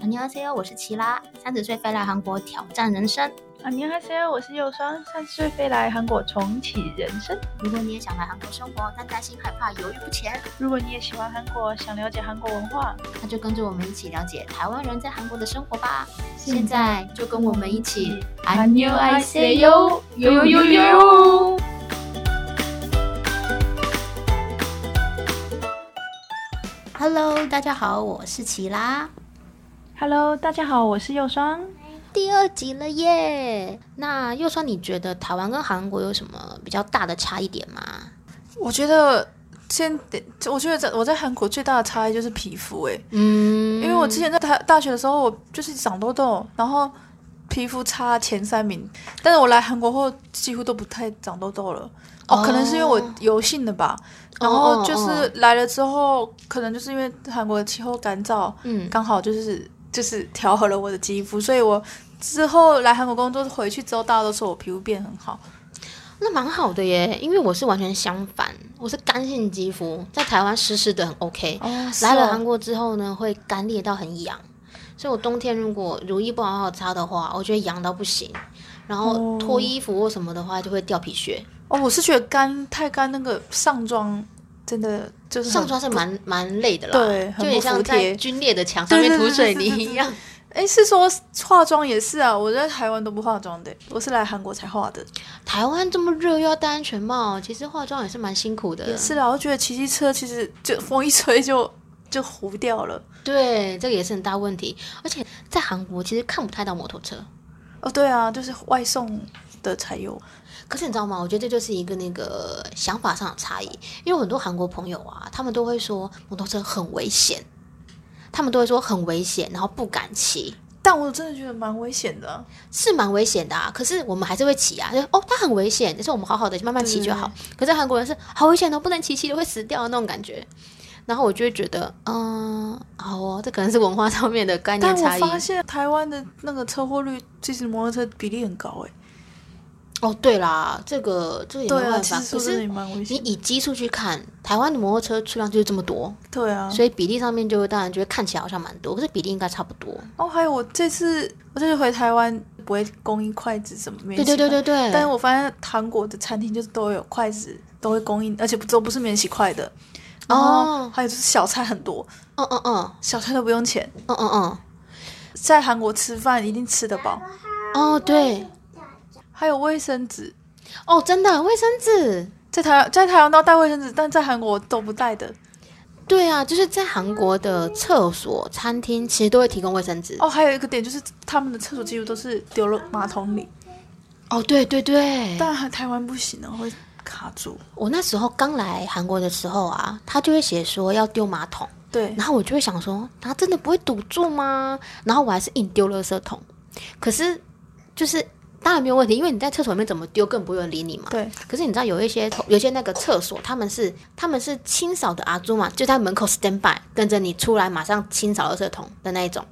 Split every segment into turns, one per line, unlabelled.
안녕하세요，我是齐拉，三十岁飞来韩国挑战人生。
啊，你好，C 我是右双，三十岁飞来韩国重启人生。
如果你也想来韩国生活，但担心害怕、犹豫不前，
如果你也喜欢韩国，想了解韩国文化，
那就跟着我们一起了解台湾人在韩国的生活吧。现在就跟我们一起，안녕하세 요，呦呦呦。Hello，大家好，我是齐拉。
！Hello，大家好，我是右双。
第二集了耶！那又说你觉得台湾跟韩国有什么比较大的差异点吗？
我觉得先得，我觉得在我在韩国最大的差异就是皮肤、欸，
嗯，
因为我之前在台大学的时候，我就是长痘痘，然后皮肤差前三名，但是我来韩国后几乎都不太长痘痘了。哦，
哦
可能是因为我油性的吧，然后就是来了之后，可能就是因为韩国的气候干燥，
嗯
刚好就是就是调和了我的肌肤，所以我之后来韩国工作回去之后，大家都说我皮肤变很好。
那蛮好的耶，因为我是完全相反，我是干性肌肤，在台湾湿湿的很 OK，、
哦，
来了韩国之后呢，会干裂到很痒，所以我冬天如果乳液不好好擦的话，我觉得痒到不行，然后
哦
脱衣服或什么的话就会掉皮屑，
哦，我是觉得干太干那个上妆真的就是很
上妆是蛮蛮累的啦，
对
就
很
有点
不服
像在
帖
皲裂的墙上面
对对
涂
对
水
对
泥
对对
一样。
哎，是说化妆也是啊，我在台湾都不化妆的，我是来韩国才化的。
台湾这么热又要戴安全帽，其实化妆也是蛮辛苦的。
也是啊，我觉得骑机车其实就风一吹就就糊掉了。
对，这个也是很大问题。而且在韩国其实看不太到摩托车，
哦，对啊，就是外送的才有。
可是你知道吗？我觉得这就是一个那个想法上的差异，因为很多韩国朋友啊，他们都会说摩托车很危险，他们都会说很危险，然后不敢骑，
但我真的觉得蛮危险的啊、
是蛮危险的啊。可是我们还是会骑啊，就哦，它很危险，但是我们好好的慢慢骑就好。可是韩国人是好危险哦，不能骑，骑了会死掉的那种感觉。然后我就会觉得，嗯，好哦，这可能是文化上面的概念
但
差
我
异。
发现台湾的那个车祸率，其实摩托车比例很高哎。
哦，对啦，这个这个也没
对啊，
办
其
法。
实
可
说真的
是
也蛮危
你
险的。
以基数去看，台湾的摩托车数量就是这么多，
对啊，
所以比例上面就会当然就会看起来好像蛮多，可是比例应该差不多。
哦，还有我这次我这次回台湾不会供应筷子什么，对
对对对对对，
但是我发现韩国的餐厅就是都有筷子，都会供应，而且不都不是免洗筷的。然后
哦
还有就是小菜很多，
嗯嗯嗯
小菜都不用钱，
嗯嗯
在韩国吃饭一定吃得饱。
嗯，哦对，
还有卫生纸，
哦真的卫生纸，
在台在台湾都要带卫生纸，但在韩国我都不带的。
对啊，就是在韩国的厕所、餐厅其实都会提供卫生纸。
哦，还有一个点就是他们的厕所几乎都是丢了马桶里，
哦对对对，
但台湾不行啊，会卡住。
我那时候刚来韩国的时候啊，他就会写说要丢马桶。
对，
然后我就会想说，它真的不会堵住吗？然后我还是硬丢垃圾桶。可是就是当然没有问题，因为你在厕所里面怎么丢，更不会有人理你嘛。
对。
可是你知道有一些同有一些那个厕所，他们是他们是清扫的阿朱嘛，就在门口 stand by，跟着你出来，马上清扫垃圾桶的那一种。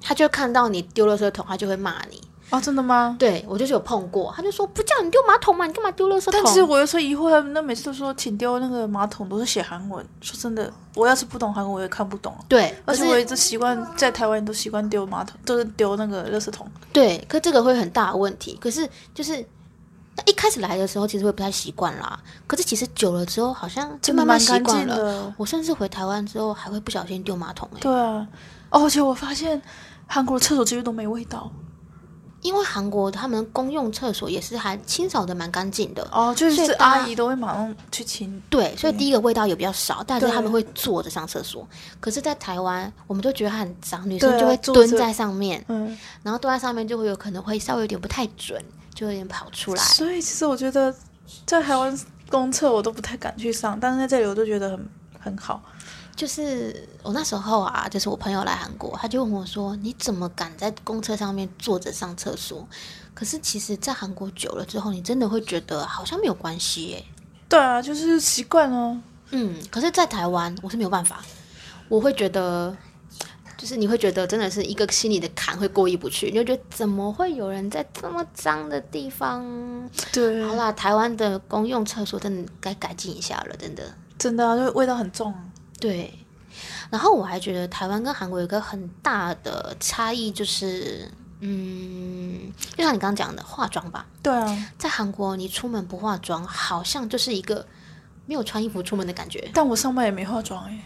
他就看到你丢垃圾桶，他就会骂你。
哦，真的吗？
对我就是有碰过，他就说不叫你丢马桶嘛，你干嘛丢垃圾桶？
但其实我有时候疑惑，他们那每次都说请丢那个马桶，都是写韩文。说真的，我要是不懂韩文，我也看不懂啊。
对，
而且
可是
我一直习惯在台湾都习惯丢马桶，就是丢那个垃圾桶。
对，可这个会很大的问题。可是就是那一开始来的时候，其实会不太习惯啦。可是其实久了之后，好像就
真的
慢慢
蛮
习
干
惯
净
了。
的。
我甚至回台湾之后，还会不小心丢马桶哎、
对啊，哦，而且我发现韩国的厕所几乎都没味道。
因为韩国他们公用厕所也是还清扫的蛮干净的。
哦，就
所以
是
大家
阿姨都会马上去清。
对，所以第一个味道也比较少，但是
对
他们会坐着上厕所。可是，在台湾，我们就觉得它很脏，女生
对啊
就会
坐
蹲
着
在上面，
嗯，
然后蹲在上面就会有可能会稍微有点不太准，就有点跑出来。
所以其实我觉得在台湾公厕我都不太敢去上，但是在这里我就觉得很很好。
就是我那时候啊，就是我朋友来韩国，他就问我说：“你怎么敢在公车上面坐着上厕所？”可是其实，在韩国久了之后，你真的会觉得好像没有关系耶。
对啊，就是习惯了。
嗯，可是，在台湾我是没有办法，我会觉得，就是你会觉得真的是一个心里的坎会过意不去，你就觉得怎么会有人在这么脏的地方？
对，
好啦，台湾的公用厕所真的该改进一下了，真的。
真的啊，就味道很重啊。
对，然后我还觉得台湾跟韩国有一个很大的差异，就是嗯，就像你刚刚讲的化妆吧，
对啊，
在韩国你出门不化妆，好像就是一个没有穿衣服出门的感觉。
但我上班也没化妆哎、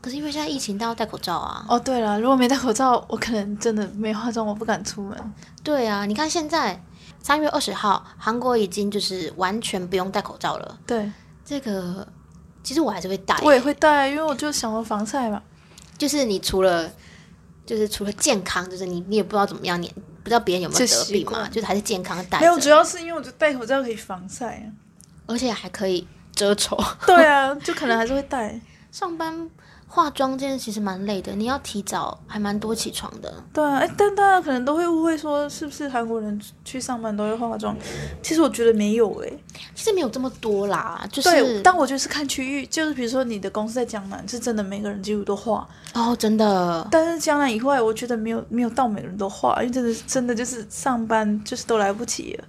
可是因为现在疫情，大家都戴口罩啊。
哦，对了，如果没戴口罩，我可能真的没化妆，我不敢出门。
对啊，你看现在三月二十号，韩国已经就是完全不用戴口罩了。
对，
这个其实我还是会戴，
我也会戴，因为我就想要防晒嘛。
就是你除了就是除了健康，就是你你也不知道怎么样，你不知道别人有没有
这
得
习
病嘛，
惯
就是还是健康戴
没有，主
着，
要是因为我觉得戴口罩可以防晒啊。
而且还可以遮丑。
对啊，就可能还是会戴。
上班化妆这件事其实蛮累的，你要提早还蛮多起床的。
对啊，哎，但大家可能都会误会说，是不是韩国人去上班都会化妆？其实我觉得没有哎、
其实没有这么多啦，就
对，
是
但我觉得是看区域，就是比如说你的公司在江南，是真的每个人几乎都化。
哦，真的，
但是江南以外，我觉得没有没有到每个人都化，因为真的真的就是上班就是都来不及了。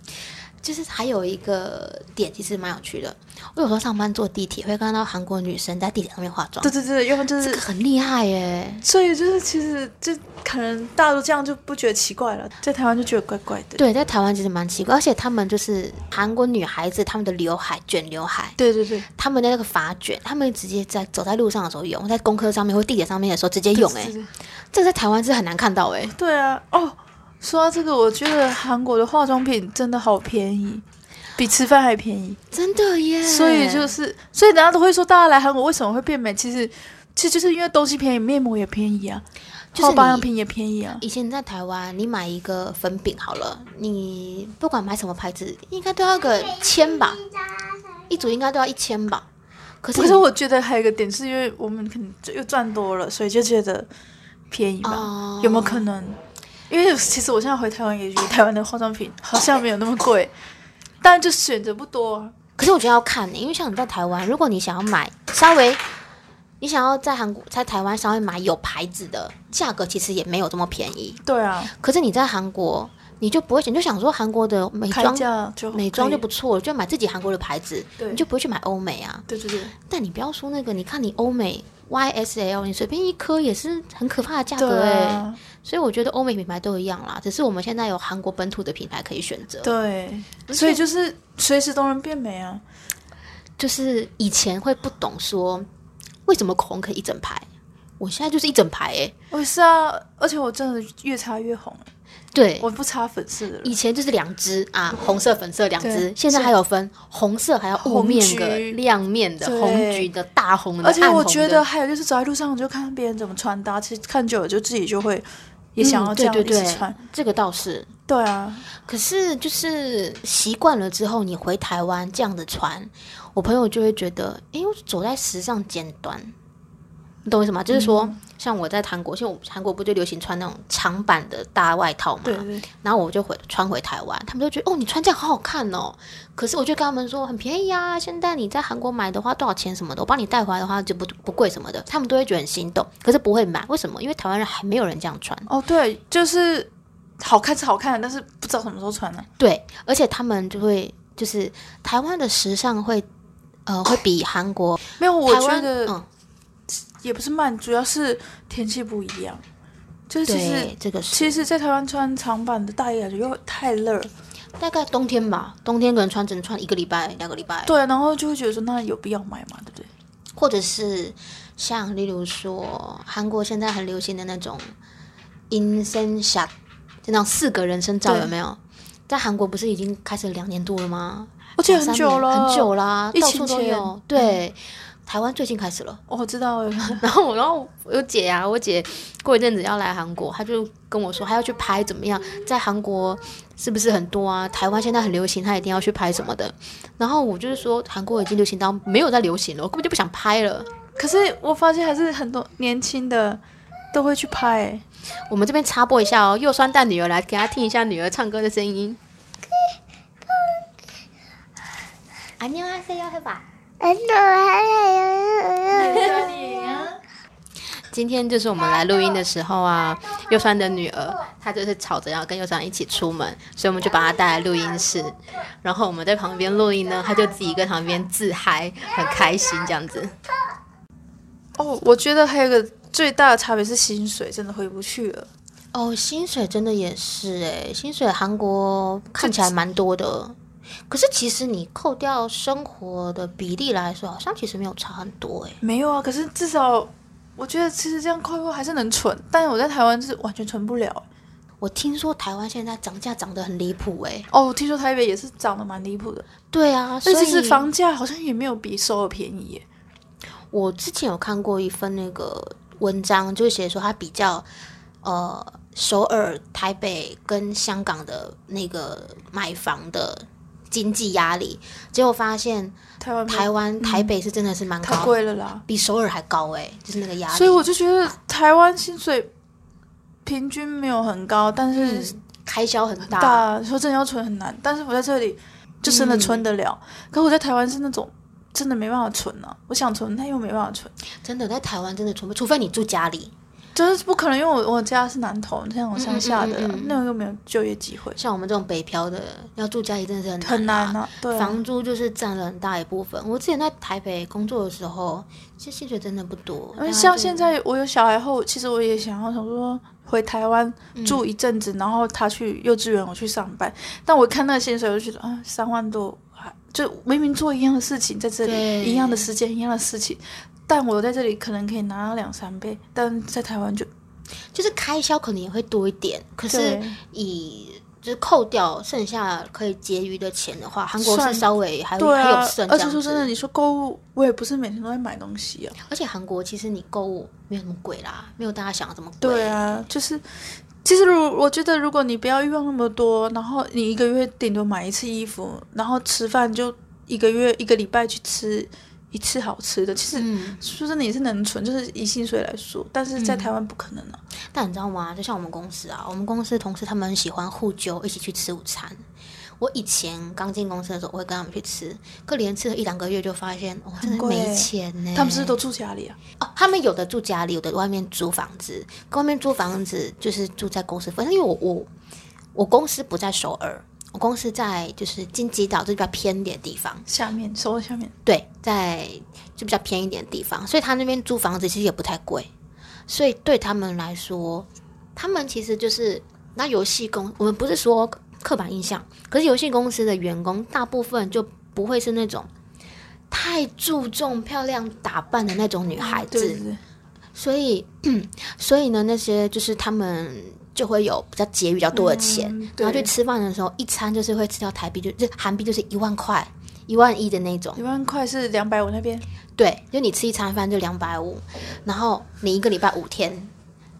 就是还有一个点其实蛮有趣的。我有时候上班坐地铁会看到韩国女生在地铁上面化妆
对，对对，要不然就是
这个很厉害耶。
所以就是其实就可能大家都这样就不觉得奇怪了，在台湾就觉得怪怪的。
对，在台湾其实蛮奇怪，而且他们就是韩国女孩子，她们的刘海卷刘海，
对对对，
她们的那个发卷，她们直接在走在路上的时候用，在公车上面或地铁上面的时候直接用、哎
对，对
这个在台湾是很难看到、哎，
对啊，哦，说到这个，我觉得韩国的化妆品真的好便宜，比吃饭还便宜。
真的耶。
所以就是，所以人家都会说，大家来韩国为什么会变美？其实，其实就是因为东西便宜，面膜也便宜啊，
就是
化保养
你
品也便宜啊。
以前在台湾，你买一个粉饼好了，你不管买什么牌子，应该都要个千吧，一组应该都要一千吧。可是
可
你
是我觉得还有一个点，是因为我们可能就又赚多了，所以就觉得便宜吧？
哦
有没有可能？因为其实我现在回台湾也觉得台湾的化妆品好像没有那么贵，但就选择不多啊。
可是我觉得要看、欸，因为像你在台湾，如果你想要买稍微，你想要在韩国在台湾稍微买有牌子的，价格其实也没有这么便宜。
对啊，
可是你在韩国，你就不会想，你就想说韩国的美
开
妆
价就
美妆
可以
就不错了，就买自己韩国的牌子，
对
你就不会去买欧美啊。
对对对
但你不要说那个，你看你欧美 YSL，你随便一颗也是很可怕的价格
对
哎、
啊
所以我觉得欧美品牌都一样啦，只是我们现在有韩国本土的品牌可以选择。
对，所以就是随时都能变美啊。
就是以前会不懂说为什么口红可以一整排，我现在就是一整排哎、
我也是啊，而且我真的越擦越红，
对，
我不擦粉色的了
以。前就是两只啊，红色、粉色两只
对，
现在
是
还有分红色，还有雾
红
面的、
橘
亮面的、
对
红橘的、大红的、
而且
暗
我
红的
觉得还有就是走在路上，你就看别人怎么穿搭，其实看久了就自己就会也想要
嗯
这样
对
一
对
直
对
穿。，
这个倒是。
对啊，
可是就是习惯了之后，你回台湾这样的穿，我朋友就会觉得，哎，我走在时尚尖端，你懂我意思吗？就是说，像我在韩国，像我韩国不就流行穿那种长版的大外套嘛，
对对对
然后我就回穿回台湾，他们就觉得哦，你穿这样好好看哦。可是我就跟他们说很便宜啊，现在你在韩国买的话多少钱什么的，我帮你带回来的话就不不贵什么的，他们都会觉得很心动，可是不会买，为什么？因为台湾人还没有人这样穿。
哦对，就是好看是好看，但是不知道什么时候穿啊呢、
对，而且他们就会就是台湾的时尚会呃会比韩国，
没有，我
台
觉
湾
得
嗯，
也不是慢，主要是天气不一样。就是其实
对，这个是
其实，在台湾穿长版的大衣感觉又太热，
大概冬天吧，冬天可能穿只能穿一个礼拜、两个礼拜，
对，啊然后就会觉得说那有必要买嘛，对不对？
或者是像例如说韩国现在很流行的那种 insen shot，就那种四个人生照
对
有没有？在韩国不是已经开始两年多了吗？
我记得
两
很
三
久
年
了，
很久啦，
疫
到
情
处都
前
有。对，台湾最近开始了。
哦我知道了，
然后我，然后我有姐啊，我姐过一阵子要来韩国，她就跟我说，她要去拍怎么样，在韩国是不是很多啊？台湾现在很流行，她一定要去拍什么的。然后我就是说，韩国已经流行到没有在流行了，我根本就不想拍了。
可是我发现还是很多年轻的都会去拍、欸，
我们这边插播一下哦，右酸带女儿来给她听一下女儿唱歌的声音。
안녕하세요 해봐. 안녕하세요.
啊今天就是我们来录音的时候啊，右川的女儿她就是吵着要跟右川一起出门，所以我们就把她带来录音室，然后我们在旁边录音呢，她就自己跟旁边自嗨，很开心这样子。
哦，我觉得还有一个最大的差别是薪水真的回不去了。
哦，薪水真的也是哎、薪水韩国看起来蛮多的，可是其实你扣掉生活的比例来说，好像其实没有差很多哎、
没有啊，可是至少我觉得其实这样快活还是能存，但是我在台湾就是完全存不了。
我听说台湾现在涨价涨得很离谱哎，
哦，我听说台北也是涨得蛮离谱的，
对啊，所
但其实
以
房价好像也没有比首尔便宜耶。
我之前有看过一份那个文章，就写说它比较呃首尔、台北跟香港的那个买房的经济压力，结果发现
台湾没有
台湾、台北是真的是蛮
太
高，
贵了啦，
比首尔还高哎、就是那个压力。
嗯所以我就觉得台湾薪水平均没有很高，但是
嗯开销很大，
大、说真的要存很难。但是我在这里就真
嗯
的存得了，可我在台湾是那种真的没办法存啊，我想存但又没办法存，
真的在台湾真的存不，除非你住家里。
就是不可能，因为我我家是南投，像我乡下的啊、
嗯嗯嗯嗯嗯
那种又没有就业机会，
像我们这种北漂的，要住家里真的是很
很
难啊
难啊，对啊。
房租就是占了很大一部分。我之前在台北工作的时候，其实薪水真的不多，大
而
概
且像
就
现在我有小孩后，其实我也想要想说回台湾
嗯
住一阵子，然后他去幼稚园，我去上班。但我看那个薪水，我就觉得啊，三万多，还就明明做一样的事情，在这
对
里一样的时间，一样的事情，但我在这里可能可以拿到两三倍，但在台湾就
就是开销可能也会多一点，可是
对
以就是扣掉剩下可以结余的钱的话，韩国是
算
稍微还
对
还
啊
有剩。
而
这
且
样
说真的，
子，
你说购物，我也不是每天都在买东西啊。
而且韩国其实你购物没有那么贵啦，没有大家想的这么贵。
对啊，就是其实如我觉得，如果你不要欲望那么多，然后你一个月顶多买一次衣服，然后吃饭就一个月一个礼拜去吃一次好吃的，其实。
嗯，
说真的也是能存，就是以薪水来说，但是在台湾不可能啊。
但你知道吗？就像我们公司啊，我们公司同事他们很喜欢互揪一起去吃午餐。我以前刚进公司的时候，我会跟他们去吃，可连吃了一两个月就发现，哦，真的
贵
没
欸
钱呢、
他们是不是都住家里啊？
哦，他们有的住家里，有的外面租房子。跟外面租房子就是住在公司附近，反正因为我我我公司不在首尔，我公司在就是金吉岛，就比较偏一点的地方。
下面，首尔下面，
对，在就比较偏一点的地方，所以他那边租房子其实也不太贵，所以对他们来说，他们其实就是那游戏公，我们不是说刻板印象，可是游戏公司的员工大部分就不会是那种太注重漂亮打扮的那种女孩子，
嗯
哦
对对对，
所以， 所以呢，那些就是他们就会有比较节余比较多的钱，
嗯
然后去
对
吃饭的时候，一餐就是会吃掉台币，就就韩币就是一万块、一万一的那种
一。万块是两百五那边，
对，就你吃一餐饭就两百五，然后你一个礼拜五天，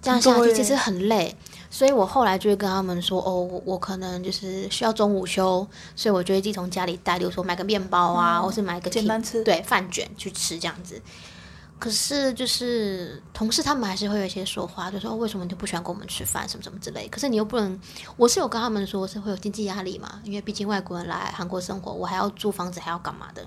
这样
很
下
多
去
耶
其实很累。所以我后来就会跟他们说，哦，我我可能就是需要中午休，所以我就会自己从家里带，比如说买个面包啊，或是买个
哦简
Tim-
单吃
对，饭卷去吃这样子。可是就是同事他们还是会有一些说话，就说、哦、为什么你就不喜欢跟我们吃饭什么什么之类。可是你又不能，我是有跟他们说是会有经济压力嘛，因为毕竟外国人来韩国生活，我还要租房子，还要干嘛的。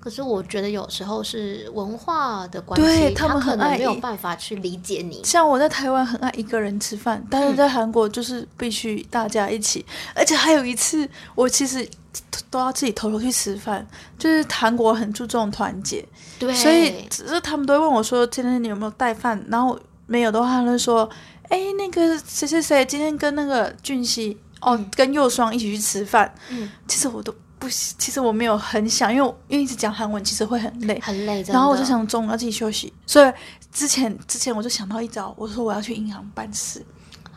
可是我觉得有时候是文化的关系，
对他们
可
很
能
爱
没有
以
办法去理解你。
像我在台湾很爱一个人吃饭，
嗯
但是在韩国就是必须大家一起，而且还有一次我其实都都要自己偷偷去吃饭，就是韩国很注重团结，
对，
所以只是他们都会问我说今天你有没有带饭，然后没有的话他们就说，哎，那个谁谁谁今天跟那个俊熙哦、跟佑双一起去吃饭，
嗯
其实我都不喜，其实我没有很想，因为我因为一直讲韩文其实会很累，
很累，真的
然后我就，想中午要自己休息，所以之前之前我就想到一招，我说我要去银行办事，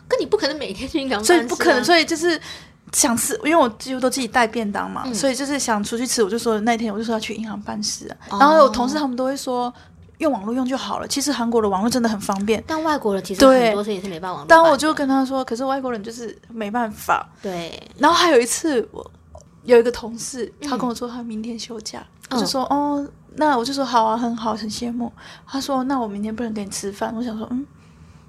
可你不可能每天去银行办事
所
啊，
以不可能，所以就是想吃，因为我几乎都自己带便当嘛，所以就是想出去吃，我就说那天我就说要去银行办事啊、
哦
然后我同事他们都会说用网络用就好了，其实韩国的网络真的很方便。
但外国人其实
对
很多事情是没办法。
但我就跟他说，可是外国人就是没办法。
对，
然后还有一次，我有一个同事，他跟我说他明天休假，
嗯
我就说哦，那我就说好啊，很好，很羡慕。他说那我明天不能跟你吃饭，我想说嗯，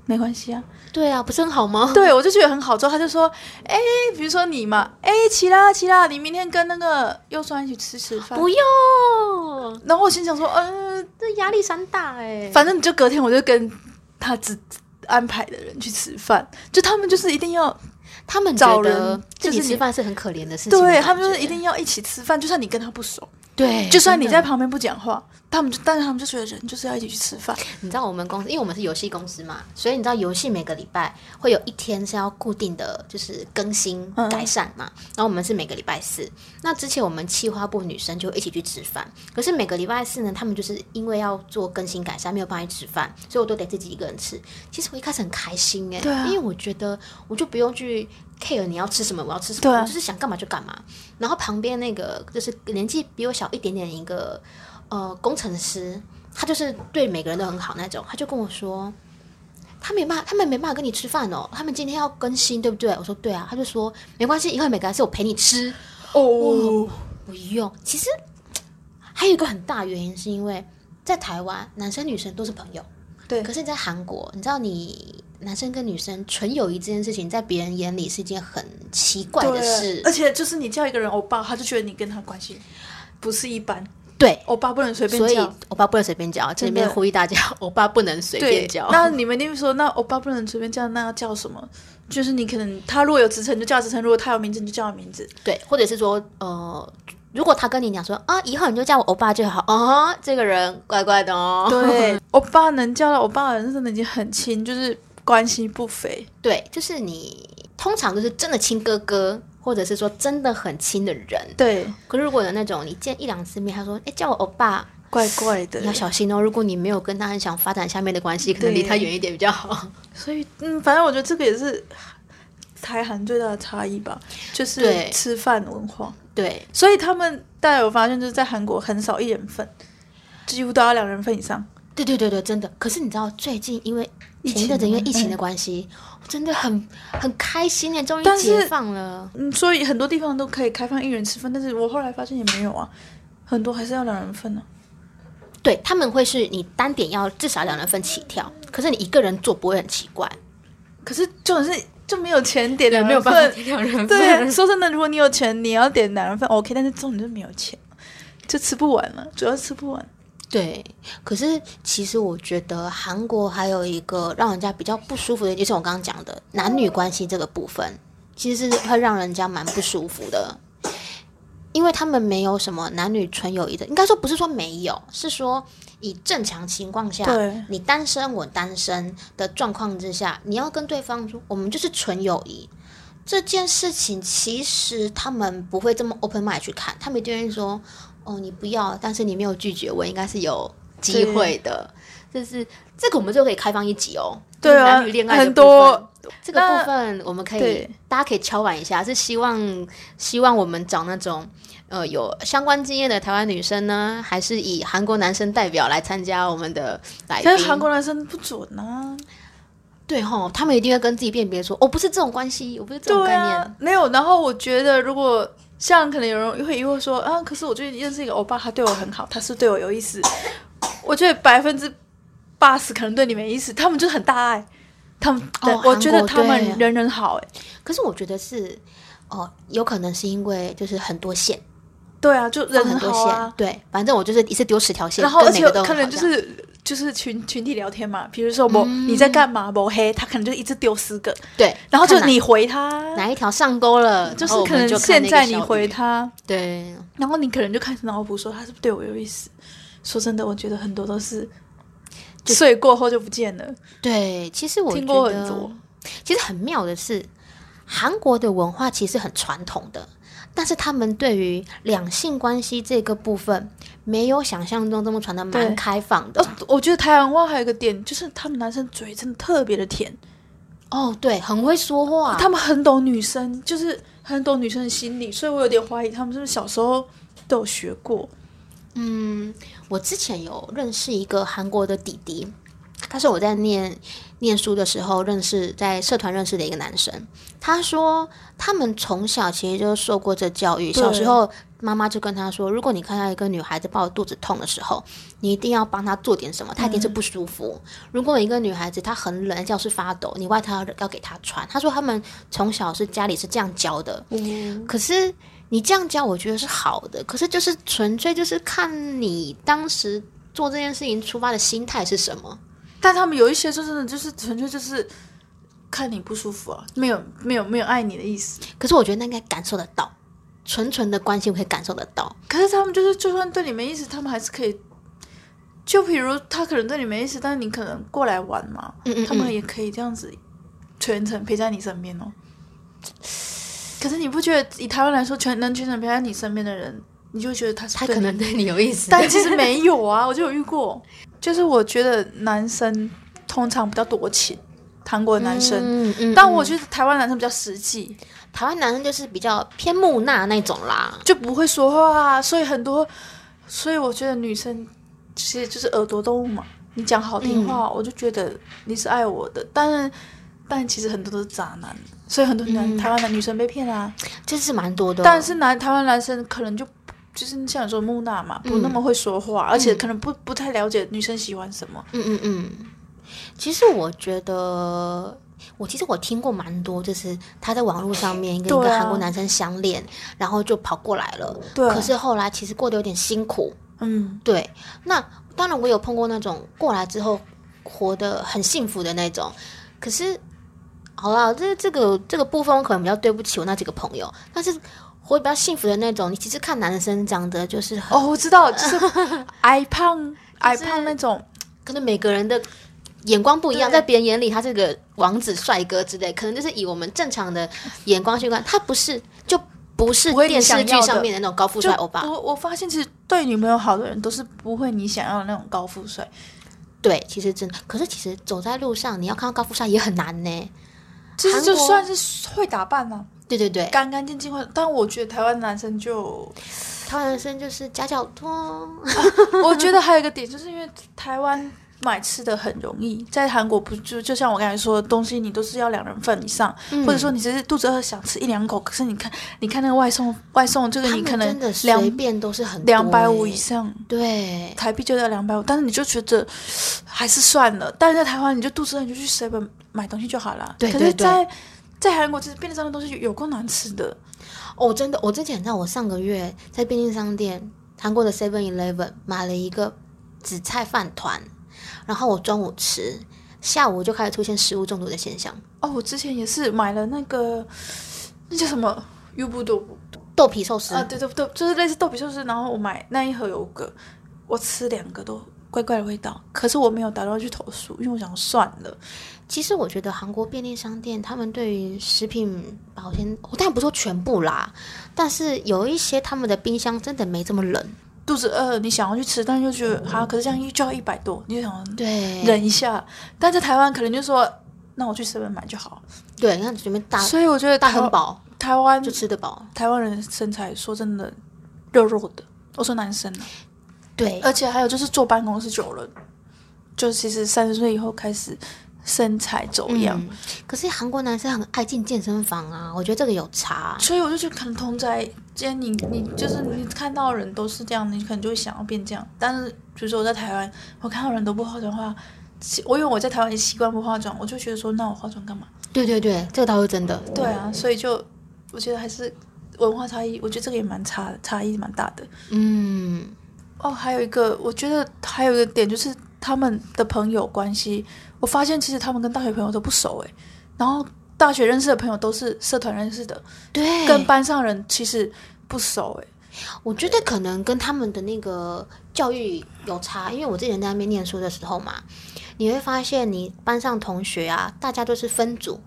没关系啊。
对啊，不是很好吗？
对，我就觉得很好。之后他就说，哎、比如说你嘛，哎、齐拉齐拉，你明天跟那个右双一起吃吃饭。
不用，
然后我心想说，嗯、
这压力山大哎、
反正你就隔天我就跟他只安排的人去吃饭，就他们就是一定要，
他们
找
觉得
人
自己
就是你
吃饭是很可怜的事情的感觉，
对他们就是一定要一起吃饭，就算你跟他不熟，
对，
就算你
真的
在旁边不讲话，他们就但是他们就觉得人就是要一起去吃饭，
你知道我们公司，因为我们是游戏公司嘛，所以你知道游戏每个礼拜会有一天是要固定的，就是更新
嗯
改善嘛。然后我们是每个礼拜四。那之前我们企划部女生就一起去吃饭，可是每个礼拜四呢，她们就是因为要做更新改善，没有办法去吃饭，所以我都得自己一个人吃。其实我一开始很开心哎、
对啊
因为我觉得我就不用去 care 你要吃什么，我要吃什么，
对啊
我就是想干嘛就干嘛。然后旁边那个就是年纪比我小一点点的一个呃工程师，他就是对每个人都很好那种，他就跟我说。他没办法，他们没办法跟你吃饭哦。他们今天要更新，对不对？我说对啊。他就说没关系，以后每个还是我陪你吃。
哦，
不用。其实还有一个很大原因是因为在台湾，男生女生都是朋友。
对
可是你在韩国，你知道你男生跟女生纯友谊这件事情，在别人眼里是一件很奇怪的事
对，。而且就是你叫一个人欧巴，他就觉得你跟他关系不是一般，
对，
欧巴不能随便
所以
叫。
欧巴不能随便叫，这里
真
面
的
呼吁大家，欧巴不能随
对
便叫，。
那你们一定说，那欧巴不能随便叫，那要叫什么？就是你可能他如果有职称你就叫职称，如果他有名字你就叫他名字。
对，或者是说，呃，如果他跟你讲说啊，以后你就叫我欧巴就好，啊，这个人怪怪的哦。
对，欧巴能叫到欧巴的人真的已经很亲，就是关系不菲。
对，就是你通常就是真的亲哥哥，或者是说真的很亲的人。
对，
可是如果有那种你见一两次面，他说：“哎、叫我欧巴。”
怪怪的
你要。小心哦！如果你没有跟他很想发展下面的关系，可能
对
离他远一点比较好。
所以，嗯，反正我觉得这个也是台韩最大的差异吧，就是
对
吃饭文化。
对，
所以他们大家有发现，就是在韩国很少一人份，几乎都要两人份以上。
对对对对，真的。可是你知道，最近因为
疫
前一
情
阵子因为
嘛
疫情的
嗯
关系，我真的很很开心耶，终于
但是
解放了。
嗯，所以很多地方都可以开放一人吃饭，但是我后来发现也没有啊，很多还是要两人份啊呢、
对他们会是你单点要至少两人份起跳，可是你一个人做不会很奇怪。
可是重点是就没有钱点两
没有
人
办法
份，
点两人份啊
对，说真的，如果你有钱，你要点两人份 OK，但是重点就是没有钱，就吃不完了，主要是吃不完。
对，可是其实我觉得韩国还有一个让人家比较不舒服的，就是我刚刚讲的男女关系这个部分，其实是会让人家蛮不舒服的，因为他们没有什么男女纯友谊的，应该说不是说没有，是说以正常情况下
对，
你单身我单身的状况之下，你要跟对方说我们就是纯友谊。这件事情其实他们不会这么 open mind 去看，他们一定会说哦，你不要，但是你没有拒绝我，应该是有机会的。就是这个，我们就可以开放一集哦。
对
就是
啊
男女恋爱的
很
部分
多
这个
那
部分，我们可以
对
大家可以敲碗一下，是希望希望我们找那种呃有相关经验的台湾女生呢，还是以韩国男生代表来参加我们的来宾？
但是韩国男生不准啊，
对吼，他们一定会跟自己辨别说，我、哦不是这种关系，我不是这种
对
概念。
啊，没有。然后我觉得，如果像可能有人会疑惑说啊，可是我最近认识一个欧巴，他对我很好，他是对我有意思。我觉得百分之八十可能对你没意思，他们就是很大爱。他们，对
哦
我觉得
韩国
他们
对
人人好、欸，
可是我觉得是哦、有可能是因为就是很多线。
对啊，就人
放很多
好
线，
啊。
对，反正我就是一次丢十条线，
然后，
跟
而
每
且
个都很
可能
好嗯
就
这样
是就是群群体聊天嘛，比如说我、你在干嘛，某黑，他可能就一直丢十个，
对，
然后就
看哪
你回他，
哪一条上钩了，
就
然后
是
我
可
们
能
就看
现
那个
在你
小
回
鱼，
他，
对，
然后你可能就开始脑补说他是不是对我有意思。说真的，我觉得很多都是睡过后就不见了，
对，其实我
听
觉
过很
得
多。
其实很妙的是，韩国的文化其实很传统的，但是他们对于两性关系这个部分，没有想象中这么传的
对
蛮开放的
哦。，我觉得台湾话还有一个点，就是他们男生嘴真的特别的甜，
哦，对，很会说话，
他们很懂女生，就是很懂女生的心理，所以我有点怀疑他们是不是小时候都有学过。
嗯，我之前有认识一个韩国的弟弟，他是我在念念书的时候认识，在社团认识的一个男生。他说他们从小其实就受过这教育，
对
小时候妈妈就跟他说，如果你看到一个女孩子抱着肚子痛的时候，你一定要帮她做点什么，她一定是不舒服。如果一个女孩子她很冷，在教室发抖，你外套要要给她穿。他说他们从小是家里是这样教的，可是你这样教，我觉得是好的。可是就是纯粹就是看你当时做这件事情出发的心态是什么。
但他们有一些就真的就是纯粹就是看你不舒服啊，没有没有没有爱你的意思。
可是我觉得那应该感受得到，纯纯的关心，我可以感受得到。
可是他们就是，就算对你没意思，他们还是可以。就比如他可能对你没意思，但是你可能过来玩嘛，
嗯嗯
他们也可以这样子全程陪在你身边哦。可是你不觉得以台湾来说，全能全程陪在你身边的人，你就觉得他是
他
对
可
你
能对你有意思，
但其实没有啊，我就有遇过。就是我觉得男生通常比较多情，韩国的男生，
嗯嗯
但我
嗯
觉得台湾男生比较实际，
台湾男生就是比较偏木讷那种啦。
就不会说话、啊，所以很多，所以我觉得女生其实就是耳朵动物嘛。你讲好听话，我就觉得你是爱我的，但但其实很多都是渣男，所以很多男、台湾男女生被骗啊，
就是蛮多的，
但是男台湾男生可能就。就是像你说的木讷嘛，不那么会说话，而且可能不不太了解女生喜欢什么。
嗯嗯嗯，其实我觉得，我其实我听过蛮多，就是他在网络上面跟一
对
个
啊
韩国男生相恋，然后就跑过来了，
对
可是后来其实过得有点辛苦，
嗯，
对。那当然我有碰过那种过来之后活得很幸福的那种，可是好啦，这这个这个部分我可能比较对不起我那几个朋友，但是。活得比较幸福的那种，你其实看男生长得就是很，
哦，我知道，就是矮胖矮胖那种，
可能每个人的眼光不一样，
对
在别人眼里他是个王子帅哥之类，可能就是以我们正常的眼光去看，他不是就不是
不会你
电视
想要
剧
的
上面的那种高富
就
帅欧巴。
我我发现，其实对女朋友好的人都是不会你想要的那种高富帅，
对，其实真的，可是其实走在路上，你要看到高富帅也很难呢。
其实就
韩国哎
算是会打扮嘛、
对对对，
干干净净会。但我觉得台湾男生就，
台湾男生就是家教多，
我觉得还有一个点，就是因为台湾。买吃的很容易，在韩国不就就像我刚才说的东西，你都是要两人份以上，
嗯
或者说你只是肚子饿想吃一两口，可是你看你看那个外送外送，这个
他
你
们
可
真的
能
随
两
便都是很
两百五
多欸
以上，
对，
台币就要两百五，但是你就觉得还是算了。但是在台湾，你就肚子饿，你就去 seven 买东西就好了。
对
可
对
是
对
在在韩国，这便利商店的东西有够难吃的。
哦，真的，我之前你知道，我上个月在便利商店，韩国的 Seven Eleven 买了一个紫菜饭团，然后我中午吃，下午就开始出现食物中毒的现象，
哦，我之前也是买了那个那叫什么优步豆腐
豆皮寿司。
啊，对对对，就是类似豆皮寿司。然后我买那一盒有个，我吃两个都怪怪的味道，可是我没有打算去投诉，因为我想算了。
其实我觉得韩国便利商店他们对于食品保鲜，我当然不说全部啦，但是有一些他们的冰箱真的没这么冷。
肚子饿，你想要去吃，但是又觉得哈，可是这样就要一百多，你就想说
嗯对，
忍一下。但在台湾可能就说，那我去 seven 买就好。
对，你看随便大
所以我觉得
大
台
很饱
台湾
就吃得饱。
台湾人身材，说真的，肉肉的。我说男生啊、
对，
而且还有就是坐办公室久了，就其实三十岁以后开始身材走样，
嗯，可是韩国男生很爱进健身房啊，我觉得这个有差。
所以我就觉得可能同在间你你就是你看到的人都是这样，你可能就会想要变这样。但是比如说我在台湾，我看到人都不化妆的话，其我因为我在台湾也习惯不化妆，我就觉得说那我化妆干嘛？
对对对，这个倒是真的。
对啊，所以就我觉得还是文化差异，我觉得这个也蛮差差异蛮大的。
嗯，
哦，还有一个，我觉得还有一个点就是他们的朋友关系，我发现其实他们跟大学朋友都不熟诶，然后大学认识的朋友都是社团认识的，
对，
跟班上人其实不熟欸诶。
我觉得可能跟他们的那个教育有差，因为我之前在那边念书的时候嘛，你会发现你班上同学啊，大家都是分组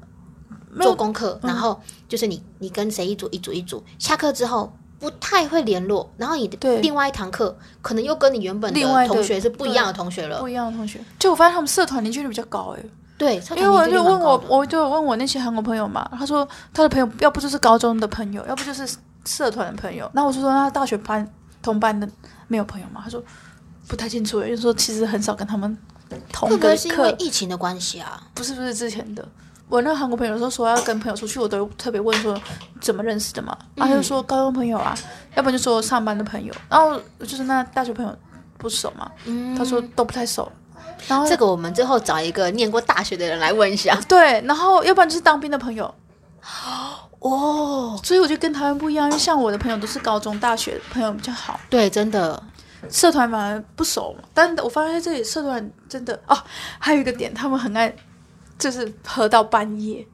没
做
有
功课，
嗯
然后就是你你跟谁一组一组一组，下课之后。不太会联络，然后你的
对
另外一堂课可能又跟你原本
另外
的
的
同学是不一样的同学了
不。一样的同学，就我发现他们社团凝聚力比较高诶。
对，社团
因为我
凝聚
就
力
问
蛮高
我
的，
我就有问我那些韩国朋友嘛，他说他的朋友要不就是高中的朋友，要不就是社团的朋友。那我就说那大学班同班的没有朋友嘛，他说不太清楚欸耶，就说其实很少跟他们同
会不
个
会是因为
课，
疫情的关系啊？
不是不是之前的。我那韩国朋友说说要跟朋友出去，我都特别问说怎么认识的
嗯
嘛，然后他就说高中朋友啊，要不然就说上班的朋友，然后就是那大学朋友不熟嘛，他说都不太熟，然后
嗯这个我们最后找一个念过大学的人来问一 下。
对，然后要不然就是当兵的朋友，
哦，
所以我觉得跟台湾不一样，因为像我的朋友都是高中、大学朋友比较好，
对，真的，
社团反而不熟嘛。但我发现在这里社团真的哦，还有一个点，他们很爱就是喝到半夜，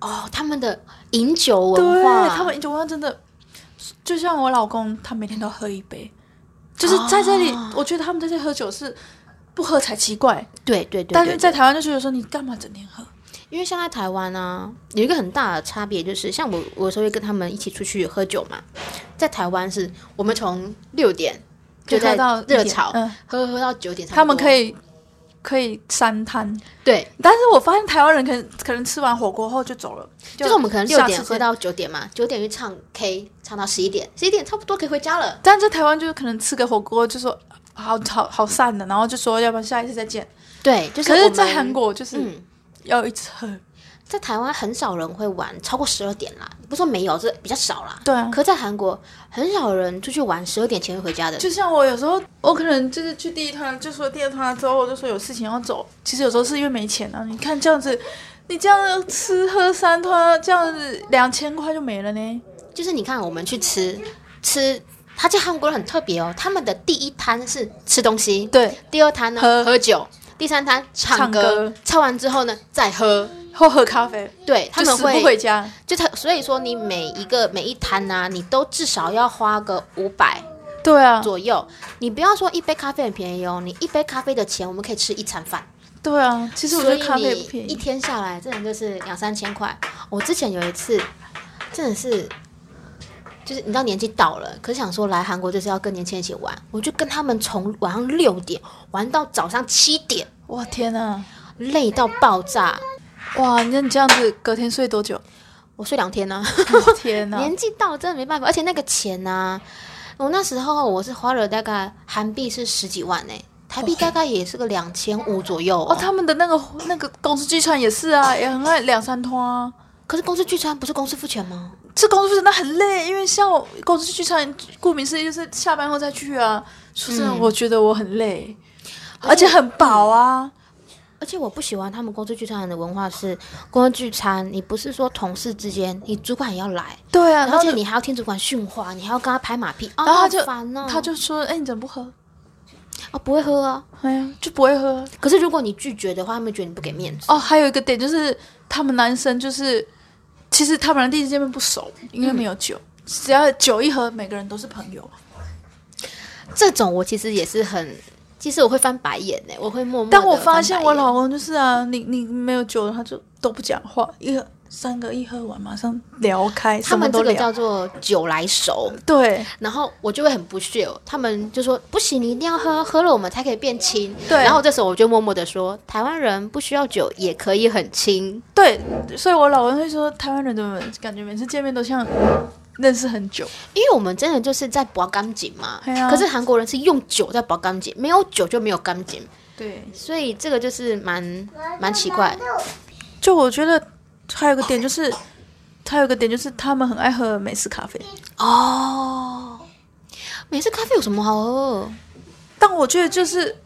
哦，他们的饮酒文
对
化，
他们饮酒文化真的就像我老公，他每天都喝一杯，就是在这里，
哦
我觉得他们在这喝酒是不喝才奇怪，
对对对对，
但是
对
在台湾就觉得说你干嘛整天喝？
因为像在台湾啊，有一个很大的差别就是，像我我有时候会跟他们一起出去喝酒嘛，在台湾是我们从六点就
喝
在
到一
热
点
炒，
嗯，
喝喝到九点差不多，
他们可以可以三摊，
对，
但是我发现台湾人可能可能吃完火锅后就走了，
就是我们可能六
下次
点喝
见。
到九点嘛，九点去唱 K，唱到十一点，十一点差不多可以回家了。
但在台湾就是可能吃个火锅就说好好好散的，然后就说要不然下一次再见。
对，就是
可
我
是，
们
在韩，国就是
嗯，
要一直喝，
在台湾很少人会玩超过十二点啦，不是说没有，是比较少啦。
对啊
可在韩国很少人出去玩十二点前会回家的，
就像我有时候，我可能就是去第一团，就说第二团之后，我就说有事情要走。其实有时候是因为没钱啊。你看这样子，你这样子吃喝三团，这样子两千块就没了呢。
就是你看我们去吃吃，他在韩国人很特别哦，他们的第一摊是吃东西，
对，
第二摊呢
喝
喝酒，第三摊唱
唱
歌，
歌
唱完之后呢再喝。
或喝咖啡，
对他
就
们
死不
会
回家。
就他，所以说你每一个每一摊呐、你都至少要花个五百
对啊，
左右。你不要说一杯咖啡很便宜哦，你一杯咖啡的钱，我们可以吃一餐饭。
对啊。其实我觉
所以
得咖啡也不
你
便
一
宜。
天下来，真的就是两三千块。我之前有一次，真的是，就是你知道年纪到了，可是想说来韩国就是要跟年轻人一起玩，我就跟他们从晚上六点玩到早上七点，
哇天啊！
累到爆炸。
哇，那你这样子隔天睡多 久？
我睡两 天呢、
天啊哪！
年纪到了真的没办法，而且那个钱呢、我那时候我是花了大概韩币是十几万呢、欸台币大概也是个两千五左右哦。
哦，他们的那个那个公司聚餐也是啊，也很爱两三团啊。
可是公司聚餐不是公司付钱吗？
这公司真的很累，因为像我公司聚餐，顾名思义就是下班后再去啊。说真的，
嗯
我觉得我很累，而且很饱啊。
而且我不喜欢他们公司聚餐的文化是，公司聚餐你不是说同事之间，你主管也要来，
对啊，然
而
后
且
就
你还要听主管训话，你还要跟他拍马屁，啊、
然后
好
他就
烦哦，
他就说：“哎、你怎么不喝
啊不会喝啊。？”
哎呀，就不会喝啊。
可是如果你拒绝的话，他们觉得你不给面子。
哦，还有一个点就是，他们男生就是，其实他们第一次见面不熟，因为没有酒，只要酒一喝，每个人都是朋友。
嗯这种我其实也是很，其实我会翻白眼呢、欸我会默默。
但我发现我老，公就是啊，你你没有酒，他就都不讲话，一喝三个一喝完马上聊开，
他们
什么都
这个
聊
叫做酒来熟，
对。
然后我就会很不屑哦，他们就说不行，你一定要喝，喝了我们才可以变亲。
对
然后这时候我就默默的说，台湾人不需要酒也可以很亲。
对，所以我老公会说，台湾人怎么感觉每次见面都像认识很久？
因为我们真的就是在保干净嘛，
对啊
可是韩国人是用酒在保干净，没有酒就没有干净，
对，
所以这个就是蛮蛮奇怪。
就我觉得还有个点就是，还有个点就是他们很爱喝美式咖啡，
哦。美式咖啡有什么好喝？
但我觉得就是，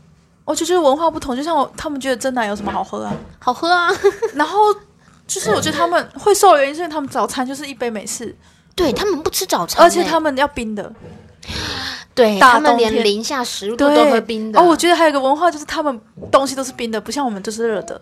我就觉得文化不同，就像我他们觉得真奶有什么好 喝啊？
好喝啊！
然后就是我觉得他们会瘦的原因是因为他们早餐就是一杯美式，
对他们不吃早餐欸、
而且他们要冰的，
对
大
他们
冬
连
天
零下十度
对，
都喝冰的。啊
哦，我觉得还有一个文化就是他们东西都是冰的，不像我们都是热的，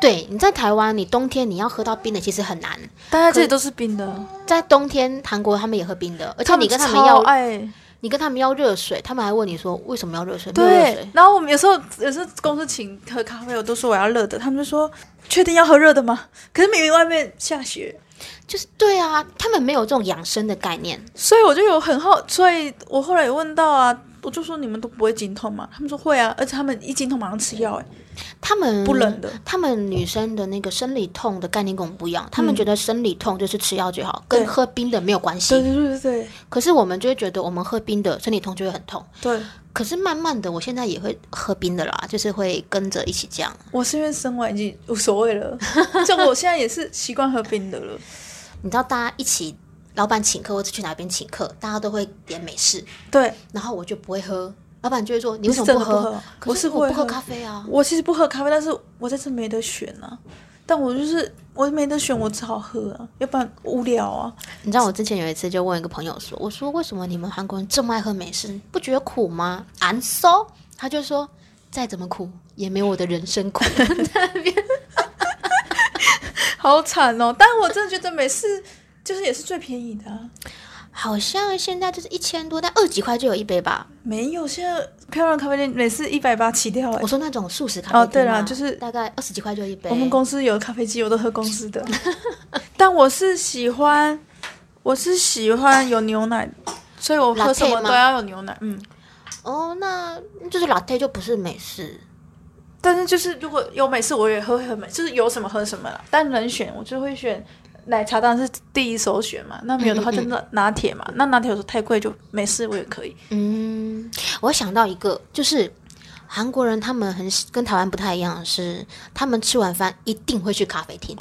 对你在台湾，你冬天你要喝到冰的其实很难，
大家这里都是冰的，
在冬天韩国他们也喝冰的，而且
他们
你跟他们
超
要
爱。
你跟他们要热水，他们还问你说为什么要热水？没有热
对
水，，
然后我们有时候有时候公司请喝咖啡，我都说我要热的，他们就说确定要喝热的吗？可是明明外面下雪，
就是对啊，他们没有这种养生的概念。
所以我就有很好，所以我后来有问到啊，我就说你们都不会经痛吗？他们说会啊，而且他们一经痛马上吃药、欸，
他们
不冷的嗯
他们女生的那个生理痛的概念跟我们不一样，他们觉得生理痛就是吃药就好，跟
对
喝冰的没有关
对
系。
对对对
可是我们就会觉得我们喝冰的生理痛就会很痛。
对，对
可是慢慢的，我现在也会喝冰的啦，就是会跟着一起这样。
我是因为生完已经无所谓了，就我现在也是习惯喝冰的了，
你知道，大家一起老板请客或者去哪边请客，大家都会点美式，
对，
然后我就不会喝。老板就会说：“你为什
是
么
真
不
的
喝？”
不喝
可
我
是
是
我
会
不喝
喝
咖啡啊。
我其实不喝咖啡，但是我在这没得选啊，但我就是我没得选，我只好喝啊，要不然无聊啊，
你知道我之前有一次就问一个朋友说，我说为什么你们韩国人这么爱喝美式，不觉得苦吗？I'm so，他就说再怎么苦也没有我的人生苦。
好惨哦！但我真的觉得美式就是也是最便宜的、啊，
好像现在就是一千多，但二十几块就有一杯吧。
没有，现在漂亮咖啡店每次一百八起跳、欸
我。说那种速食咖啡厅啊
哦对啦就是
大概二十几块就一杯。
我们公司有咖啡机，我都喝公司的。 但我是喜欢，我是喜欢有牛奶，所以我喝什
Latte
么
吗
都要有牛奶。嗯，
哦，那就是 latte 就不是美式，
但是就是如果有美式，我也喝很美，就是有什么喝什么啦。但能选，我就会选奶茶，当然是第一首选嘛。那没有的话， 就拿拿铁嘛。那拿铁有时候太贵，就美式我也可以。
嗯，我想到一个，就是韩国人他们很喜跟台湾不太一样的是，他们吃完饭一定会去咖啡厅。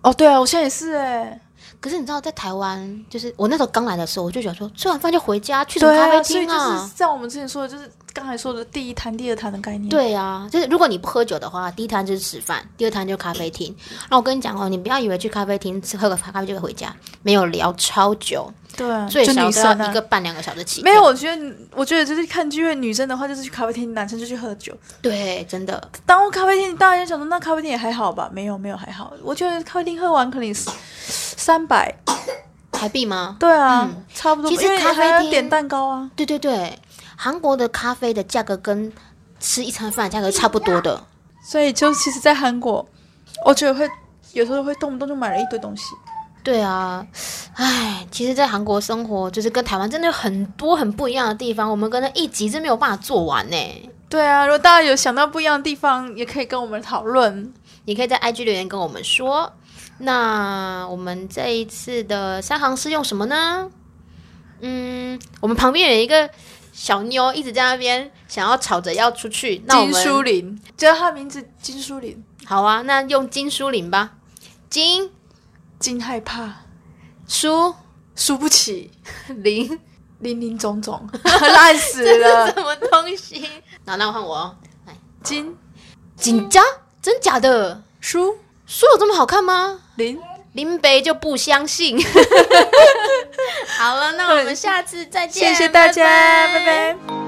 哦，对啊，我现在也是哎、
可是你知道，在台湾，就是我那时候刚来的时候，我就想说，吃完饭就回家，去什么
对
咖啡
啊，所以
厅
就是
啊？
像我们之前说的，就是刚才说的第一摊、第二摊的概念。，
对啊，就是如果你不喝酒的话，第一摊就是吃饭，第二摊就是咖啡厅。然后我跟你讲哦，你不要以为去咖啡厅吃喝个咖啡就会回家，没有聊超久，
对啊，
最
就
少
女
都要
生啊
一个半两个小时起跳。
没有，我觉得，我觉得就是看剧院，女生的话就是去咖啡厅，男生就去喝酒。
对，真的，
当我咖啡厅，大家想说那咖啡厅也还好吧？没有，没有还好。我觉得咖啡厅喝完可能三百，
台币吗？
对啊，
嗯
差不多。
其实
因为
咖啡
还要
厅
点蛋糕啊，
对对对，韩国的咖啡的价格跟吃一餐饭的价格差不多的。
所以就其实，在韩国，我觉得会有时候会动不动就买了一堆东西。
对啊，唉，其实，在韩国生活就是跟台湾真的有很多很不一样的地方，我们跟那一集真没有办法做完呢。
对啊，如果大家有想到不一样的地方，也可以跟我们讨论。
你可以在 IG 留言跟我们说。那我们这一次的三行是用什么呢？嗯，我们旁边有一个小妞一直在那边想要吵着要出去，那我
金
们
书林，叫他名字金书林，
好啊，那用金书林吧，金
金害怕，
书
输不起，
林。
林林总总， 烂死了。
什么东 西？那那我换我哦，
金
紧张？真假的？
书
书有这么好看吗？
林，
林北就不相 信。好了，那我们下次再见，
谢谢大家，
拜
拜拜